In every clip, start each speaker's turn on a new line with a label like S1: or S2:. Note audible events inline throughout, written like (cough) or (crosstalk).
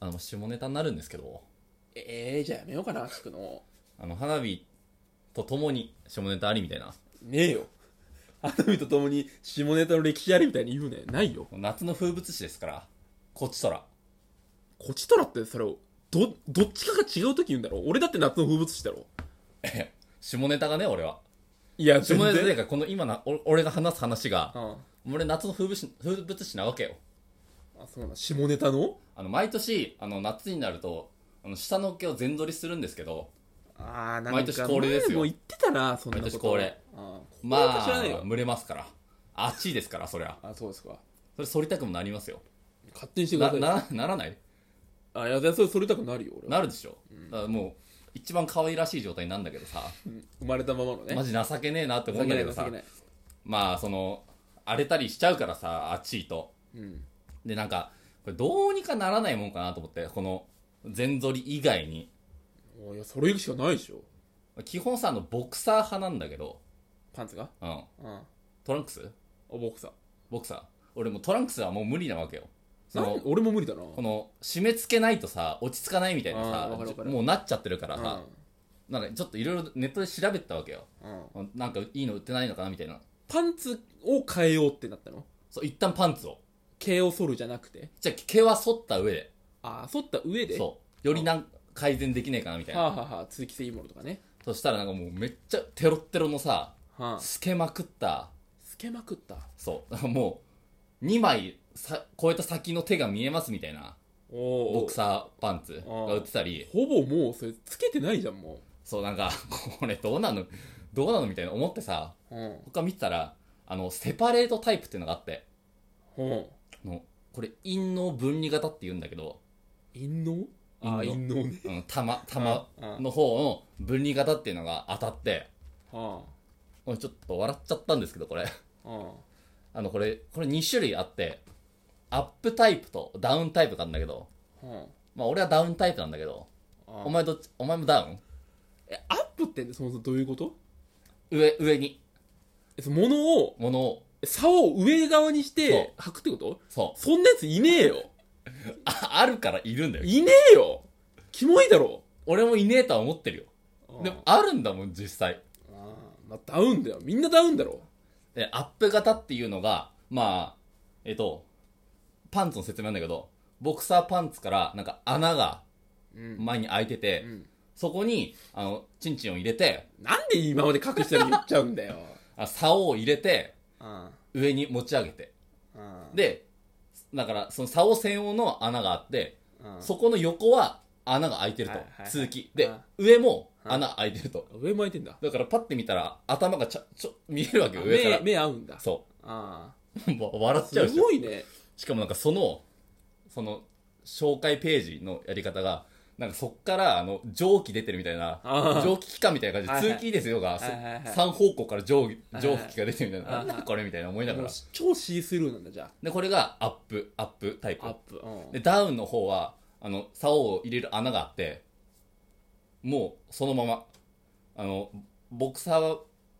S1: あの下ネタになるんですけど
S2: ええじゃあやめようかな聞くの
S1: あの花火とともに下ネタありみたいな
S2: ねえよ (laughs) 花火とともに下ネタの歴史ありみたいに言うねないよ
S1: 夏の風物詩ですからこっちとら (laughs)
S2: こちとらってそれをどどっちかが違う時言うんだろ俺だって夏の風物詩だろ
S1: 下ネタがね俺はい
S2: や
S1: 下
S2: 全
S1: ネタとい
S2: 然
S1: うかこの今なお俺が話す話が
S2: うん
S1: 俺夏の風物詩風物詩なわけよ
S2: あそうなの下ネタの
S1: あの毎年あの夏になるとあの下の毛を全取りするんですけど
S2: ああなんか
S1: 毎年恒例ですよ
S2: 前も言ってたなそんなこ
S1: 毎
S2: と
S1: 年恒例
S2: あー
S1: ま
S2: 恒例か知らない
S1: あ
S2: よ
S1: 蒸れますから暑いですからそりゃ
S2: あそうですか
S1: それ剃りたくもなりますよ
S2: 勝手にしてくだ
S1: な
S2: さい
S1: なならない
S2: あいやそれそれたくなるよ俺は
S1: なるでしょ、だからもう一番可愛らしい状態なんだけどさ
S2: うん生まれたままのね
S1: マジ情けねえなって思うんだけどさ
S2: 情けない
S1: まあその荒れたりしちゃうからさ暑いと
S2: 情けないうん
S1: でなんかこれどうにかならないもんかなと思ってこの全剃り以外に
S2: おいやそれ行くしかないでしょ
S1: 基本さあのボクサー派なんだけど、
S2: パンツが
S1: うん、
S2: うんあ
S1: トランクス
S2: ボクサー
S1: ボクサー俺もうトランクスはもう無理なわけよそ
S2: なん
S1: の
S2: 俺も無理だな
S1: この締め付けないとさ落ち着かないみたいな
S2: あーわかるわ
S1: さ
S2: かる
S1: もうなっちゃってるから
S2: うん
S1: さ、なんかちょっといろいろネットで調べてたわけよ
S2: うん
S1: なんかいいの売ってないのかなみたいな
S2: パンツを変えようってなったの
S1: そう一旦パンツを
S2: 毛を剃るじゃなくて
S1: じゃあ毛は剃った上で
S2: ああ剃った上で
S1: そうよりなん改善できねえかなみたいな、
S2: はあ、はあはあ、通気性いいものとかね
S1: そしたらなんかもうめっちゃテロッテロのさ
S2: はあ
S1: 透けまくった
S2: つけまくった
S1: そうもう2枚さ超えた先の手が見えますみたいな
S2: お
S1: ボクサーパンツが売ってたり
S2: ほぼもうそれつけてないじゃんも
S1: そうなんか (laughs) これどうなのどうなのみたいな思ってさ
S2: ううん
S1: 他見てたらあのセパレートタイプっていうのがあって
S2: うん
S1: あのこれ陰嚢分離型って言うんだけど、
S2: 陰嚢ああ陰
S1: 陰
S2: 嚢ね
S1: うん、玉玉
S2: うん
S1: の方の分離型っていうのが当たって
S2: は
S1: 俺ちょっと笑っちゃったんですけどこれ
S2: あは
S1: あのこれこれ2種類あってアップタイプとダウンタイプがあるんだけど
S2: あは
S1: まあ俺はダウンタイプなんだけど
S2: あ
S1: お前どっちお前もダウン
S2: えアップってそもそもどういうこと
S1: 上上に
S2: えその物を
S1: 物を
S2: 竿を上側にして履くってこと
S1: そう
S2: そんなやついねえよ
S1: ああるからいるんだよ
S2: いねえよキモいだろ
S1: 俺もいねえとは思ってるよで
S2: で
S1: も
S2: も
S1: あるんだもん実際
S2: あーまあダウンだよみんなダウンだろ
S1: でアップ型っていうのがまあえっとパンツの説明なんだけどボクサーパンツからなんか穴が
S2: うん
S1: 前に開いてて、
S2: ん
S1: そこにあのチンチンを入れて
S2: なんで今まで隠してるの言っちゃうんだよ
S1: あ竿を入れて
S2: あ
S1: 上に持ち上げて
S2: あで
S1: でだからその竿専用の穴があって
S2: そ
S1: そこの横は穴が開いてると、
S2: はいはいはい
S1: 通気で
S2: あ
S1: 上も穴開いてると
S2: 上巻いてんだ
S1: だからパッて見たら頭がちゃちょ見えるわけよ上か
S2: 目
S1: ら
S2: 目合うんだ
S1: そ
S2: あ
S1: う (laughs) もう笑
S2: あ
S1: っちゃうですしょ
S2: ごいね
S1: しかもなんかそのその紹介ページのやり方がなんかそっからあの蒸気出てるみたいな
S2: あー
S1: 蒸気機関みたいな感
S2: は
S1: じ
S2: いは
S1: で
S2: い
S1: 通気ですよが、
S2: はいはいはい
S1: 3方向から蒸気
S2: はい
S1: 蒸気機が出てるみたいな、
S2: あー
S1: なんだこれみたいな思いなが
S2: も
S1: ら
S2: う超シースルーなんだじゃ
S1: でこれがアップアップタイプ
S2: あアップうん
S1: でダウンの方はあの竿を入れる穴があってもうそのままあのボクサー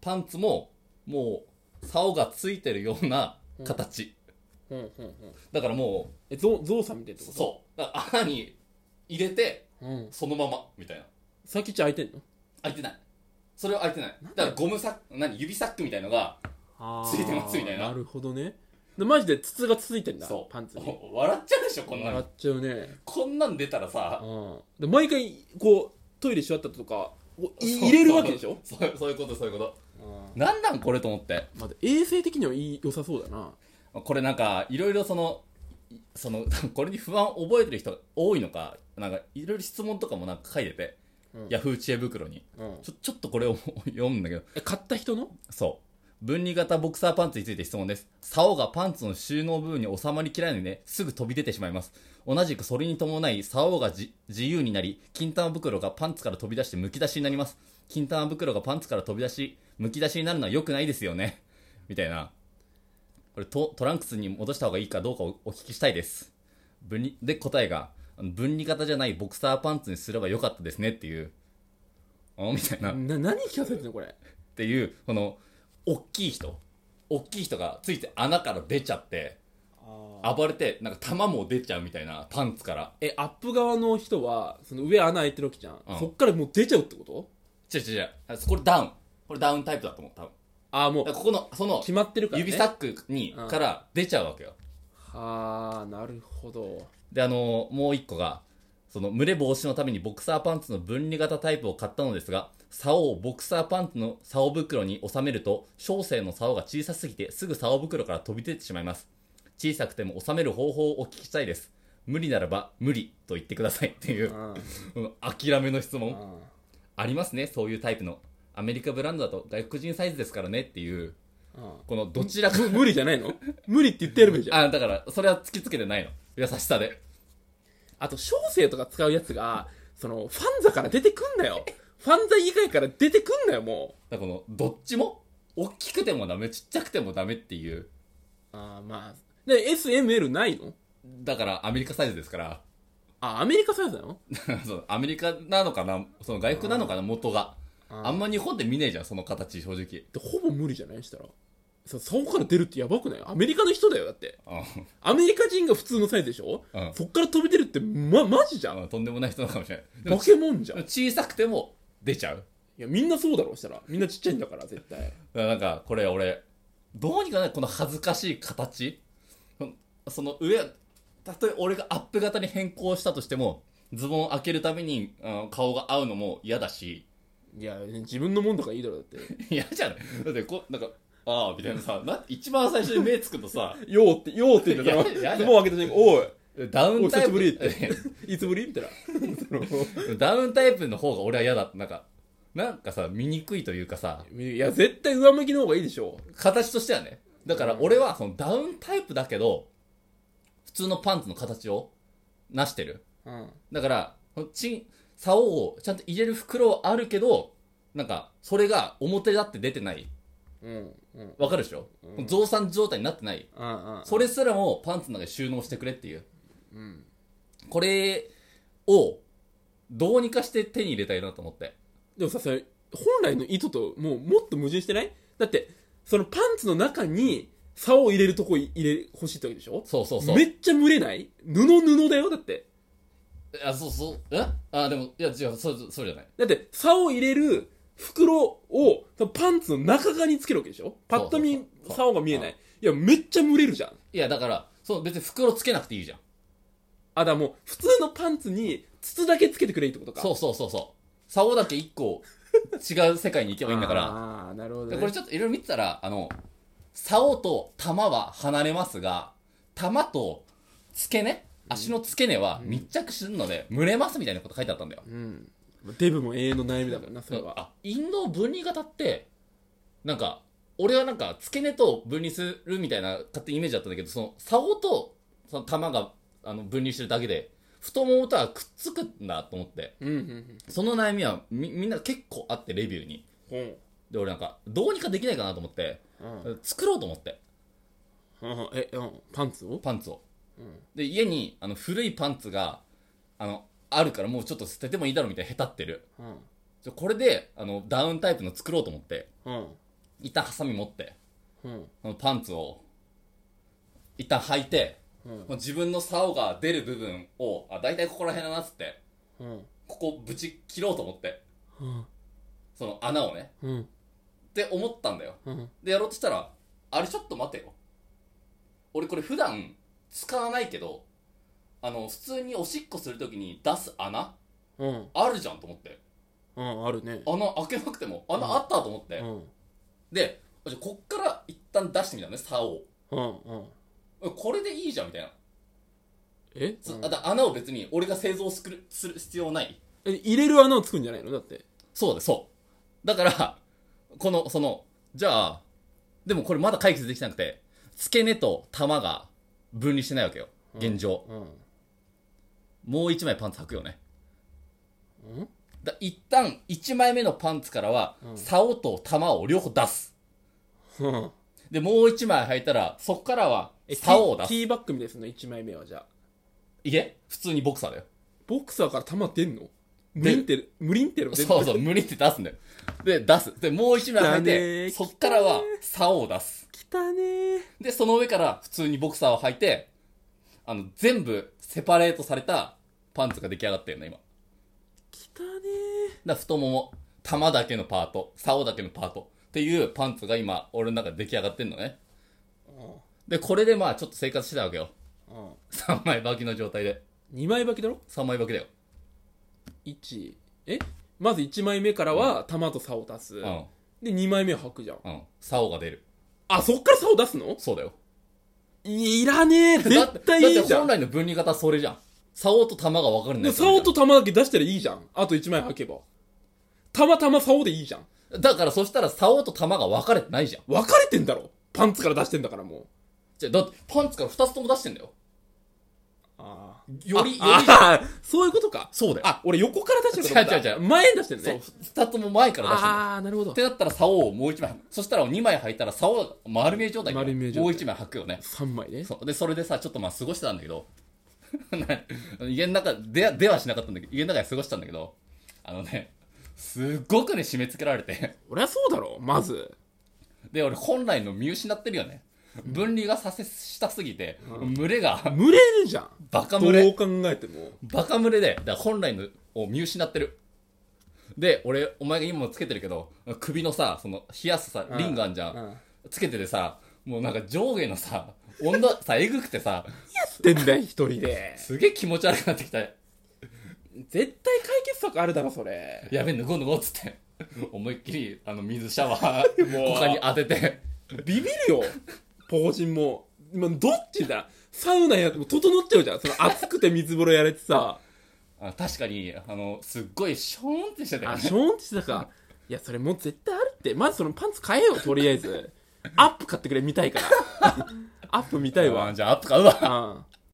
S1: パンツももう竿がついてるような形、
S2: ほんほんほん
S1: だからも
S2: えゾゾウさんみたいな
S1: う
S2: ってこと
S1: そうだから穴に入れて
S2: う、うん、
S1: そのままみたいな
S2: 先っちょ開いてんの
S1: 開いてないそれは開いてないだからゴムサック何指サックみたいのがーついてますみたいな
S2: なるほどねでマジで筒がついてんだ
S1: そう
S2: パンツに
S1: お笑っちゃうでしょこんな
S2: 笑
S1: の
S2: っちゃうね
S1: こんなん出たらさ
S2: うんで毎回こうトイレし終わったとかこうい
S1: そう
S2: 入れるわけでしょ
S1: そうそういうことそういうこと
S2: うん
S1: なんなんこれと思って
S2: まだ衛生的にはいい良さそうだな
S1: これなんかいろいろそのいその (laughs) これに不安を覚えてる人が多いのかなんかいろいろ質問とかもなんか書いてて、
S2: うん
S1: ヤフー知恵袋に
S2: うん
S1: ちょちょっとこれを (laughs) 読むんだけど
S2: え買った人の
S1: そう分離型ボクサーパンツについて質問です竿がパンツの収納部分に収まりきらないのですぐ飛び出てしまいます同じくそれに伴い竿がじ自由になり金玉袋がパンツから飛び出してむき出しになります金玉袋がパンツから飛び出しむき出しになるのは良くないですよねみたいなこれトトランクスに戻した方がいいかどうかをお聞きしたいです分離で答えがあの分離型じゃないボクサーパンツにすれば良かったですねっていうあみたいな
S2: な何聞かされてんのこれ
S1: っていうこの大きい人大きい人がついて穴から出ちゃって
S3: あー
S1: 暴れてなんか玉も出ちゃうみたいなパンツから
S2: えアップ側の人はその上穴開いてるわけじゃん、
S1: うん
S2: そっからもう出ちゃうってこと
S1: 違う違う違うこれダウンこれダウンタイプだと思う多分
S2: ああも
S1: だから
S2: う
S1: ここのその
S2: 決まってるから、ね、
S1: 指サックに
S2: うん
S1: から出ちゃうわけよ
S2: はあなるほど
S1: であのもう一個がその群れ防止のためにボクサーパンツの分離型タイプを買ったのですが竿をボクサーパンツの竿袋に収めると小生の竿が小さすぎてすぐ竿袋から飛び出てしまいます小さくても収める方法をお聞きしたいです無理ならば無理と言ってくださいっていううんうん諦めの質問
S2: うん
S1: ありますねそういうタイプのアメリカブランドだと外国人サイズですからねっていう
S2: うん
S1: このどちらか
S2: 無理じゃないの無理って言ってやればいいじゃん
S1: あだからそれは突きつけてないの優しさで
S2: あと小生とか使うやつがそのファンザから出てくんなよファンザ以外から出てくんなよも
S1: だからこのどっちも大きくてもダメちっちゃくてもダメっていう
S2: うああまあで SML ないの
S1: だからアメリカサイズですから (laughs)
S2: あアメリカサイズなの
S1: そうアメリカなのかなその外国なのかな元が
S2: あ
S1: あんま日本で見ねえじゃんその形正直
S2: でほぼ無理じゃないしたらさ竿から出るってやばくないアメリカの人だよだって
S1: うん
S2: アメリカ人が普通のサイズでしょ、
S1: うん
S2: そっから飛び出るってまマジじゃん
S1: うんとんでもない人なのかもしれないで
S2: 化
S1: も
S2: け物じゃんい
S1: 小さくても出ちゃう
S2: やみんなそうだろしたらみんなちっちゃいんだから絶対
S1: だからなんかこれ俺どうにかねこの恥ずかしい形うんその上たとえ俺がアップ型に変更したとしてもズボンを開けるために、うん顔が合うのも嫌だし
S2: いや自分のもんとかいいだろだって
S1: (laughs) 嫌じゃないだってこうなんかああみたいなさな一番最初に目つくとさ
S2: (laughs) ようってようって言うんだか
S1: いやいや
S2: らズボン開けた瞬間おい
S1: ダウンタイ
S2: お久しぶりっ
S1: プ
S2: いつぶりみたいな
S1: (laughs)
S2: (laughs)
S1: ダウンタイプの方が俺は嫌だなんかなんかさ醜いというかさ
S2: いや絶対上向きの方がいいでしょ
S1: 形としてはねだから俺はそのダウンタイプだけど普通のパンツの形をなしてる
S2: うん
S1: だからそのチン竿をちゃんと入れる袋はあるけどなんかそれが表立って出てない
S2: うんうん
S1: わかるでしょ、増産状態になってない
S2: あ
S1: それすらもパンツの中に収納してくれっていう
S2: うん
S1: これをどうにかして手に入れたいなと思って
S2: でもさそれ本来の意図ともうもっと矛盾してないだってそのパンツの中に竿を入れるとこい入れ欲しいってわけでしょ
S1: そうそうそう
S2: めっちゃ蒸れない布布だよだって
S1: あそうそうえあでもいや違うそうそうそうじゃない
S2: だって竿を入れる袋をそのパンツの中側につけるわけでしょパッと見
S1: そうそうそう
S2: 竿が見えないいやめっちゃ蒸れるじゃん
S1: いやだからそう別に袋つけなくていいじゃん
S2: あだからもう普通のパンツに筒だけつけてくれいいってことか
S1: そうそうそうそう竿だけ1個違う世界に行けばいいんだから
S2: ああなるほど、
S1: で
S2: ね、
S1: これちょっといろいろ見てたらあの竿と玉は離れますが玉と付け根足の付け根は密着するので、蒸れますみたいなこと書いてあったんだよ
S2: うんデブも永遠の悩みだからなそれは
S1: あ陰道分離型ってなんか俺はなんか付け根と分離するみたいな勝手にイメージだったんだけどその竿とその玉があの分離してるだけで太ももとはくっつくんだと思って
S2: うんうん
S1: その悩みはみみんな結構あってレビューに
S2: うん
S1: で俺なんかどうにかできないかなと思って
S2: うん
S1: 作ろうと思って
S2: うんえうんパンツを
S1: パンツを、
S2: うん
S1: で家にあの古いパンツがあのあるからもうちょっと捨ててもいいだろうみたいな下手ってる
S2: うん
S1: ちょこれであのダウンタイプの作ろうと思って
S2: うん
S1: 一旦ハサミ持って
S2: うん
S1: このパンツを一旦履いて、
S2: うん
S1: もう自分の竿が出る部分をあ大体ここら辺だなっつって
S2: うん
S1: ここぶち切ろうと思って
S2: うん
S1: その穴をね
S2: うん
S1: って思ったんだよ
S2: うん
S1: でやろうとしたらあれちょっと待てよ俺これ普段使わないけどあの普通におしっこするときに出す穴
S2: うん
S1: あるじゃんと思って
S2: うんあるね
S1: 穴開けなくても穴あったと思って、
S2: うん
S1: でじゃあこっから一旦出してみたのね竿を
S2: うんうん
S1: これでいいじゃんみたいな
S2: え
S1: そうだから穴を別に俺が製造するする必要ない
S2: え入れる穴を作るんじゃないのだって
S1: そうだそうだからこのそのじゃあでもこれまだ解決できてなくて付け根と玉が分離してないわけよ現状、
S2: うん
S1: もう一枚パンツ履くよね
S2: うん
S1: だ一旦一枚目のパンツからは、竿と玉を両方出す
S2: うん
S1: でもう一枚履いたらそこからは
S2: え
S1: 竿を
S2: テ
S1: 出す
S2: ィーバッグみたいなやつの1枚目はじゃあ
S1: いえ普通にボクサーだよ
S2: ボクサーから球出んの無理ンテル、無理ンテルも出て
S1: そうそう、無理って出すんだよ。で、出す。で、もう一枚はめ
S2: だね
S1: て、
S2: ー
S1: そっからは、竿を出す。
S2: きたねー。
S1: で、その上から、普通にボクサーを履いて、あの、全部、セパレートされた、パンツが出来上がってるの、今。だか
S2: きたね
S1: ら太もも、玉だけのパート、竿だけのパート、っていうパンツが今、俺の中で出来上がってるのね。
S2: ー。
S1: で、これでまあ、ちょっと生活してたわけよ。
S2: うん。
S1: 3枚履きの状態で。
S2: 2枚履きだろ
S1: 3枚履きだよ。
S2: ?1。えまず1枚目からは、玉と竿を出す。
S1: うん。
S2: で、2枚目は履くじゃん。
S1: うん。竿が出る。
S2: あ、そっから竿出すの
S1: そうだよ。
S2: いらねえ
S1: だっ
S2: 絶対いい
S1: だって
S2: じゃ
S1: 本
S2: ん
S1: 来の分離型はそれじゃん。竿と玉が分かるんだよ。
S2: で竿と玉だけ出したらいいじゃん。あと1枚履けば。たまたま竿でいいじゃん。
S1: だからそしたら竿と玉が分かれてないじゃん。
S2: 分かれてんだろパンツから出してんだからもう。
S1: じゃあだってパンツから2つとも出してんだよ。
S2: あ
S1: より、より
S2: あ
S1: じゃん。
S2: ーそういうことか。
S1: そうだよ。
S2: あ、俺横から出してると思った
S1: 違う違う違う
S2: 前に出してる
S1: そう、
S2: ね。
S1: 2つとも前から出してんだよ。
S2: ああ、なるほど
S1: っ。てなったら竿をもう1枚。そしたら2枚履いたら竿が丸見え状態
S2: 丸見え状態
S1: もう1枚履くよね。
S2: 3枚ね。
S1: そう。で、それでさ、ちょっとまあ過ごしてたんだけど、 (laughs) な家の中で、ではしなかったんだけど、家の中で過ごしてたんだけど、あのね、すっごくね、締め付けられて。
S2: 俺はそうだろまず。
S1: で、俺本来の見失ってるよね。分離がさせしたすぎて、群れが、
S2: 群れるじゃん。
S1: バカ
S2: ど
S1: 群れ
S2: う。考えても。
S1: バカ群れで、だから本来のを見失ってる。で、俺、お前が今もつけてるけど、首のさ、その、冷やすさ、リングあんじゃん。
S2: うん
S1: つけててさ、もうなんか上下のさ、温度さ、えぐくてさ、
S2: ってんだよ、一人
S1: (laughs)
S2: で。
S1: すげえ気持ち悪くなってきた。
S2: 絶対解決策あるだろ、それ。
S1: やべえ、脱ごう脱ごうっつって。思いっきり、あの、水シャワー、
S2: もう
S1: 他に当てて。
S2: ビビるよ。ポコチンも。まあ、どっちだサウナやっても整っちゃうじゃん。その暑くて水風呂やれ
S1: (laughs)
S2: てさ。
S1: あ確かに、あの、すっごいショーンってしてたよ
S2: あ、
S1: ね
S2: ショーンってしたか。いや、それもう絶対あるって。まずそのパンツ買えよ、
S1: (laughs)
S2: とりあえず。アップ買ってくれ、見たいから。アップ見たい
S1: あ
S2: わ。
S1: じゃあ、アップ買うわ。
S2: うん。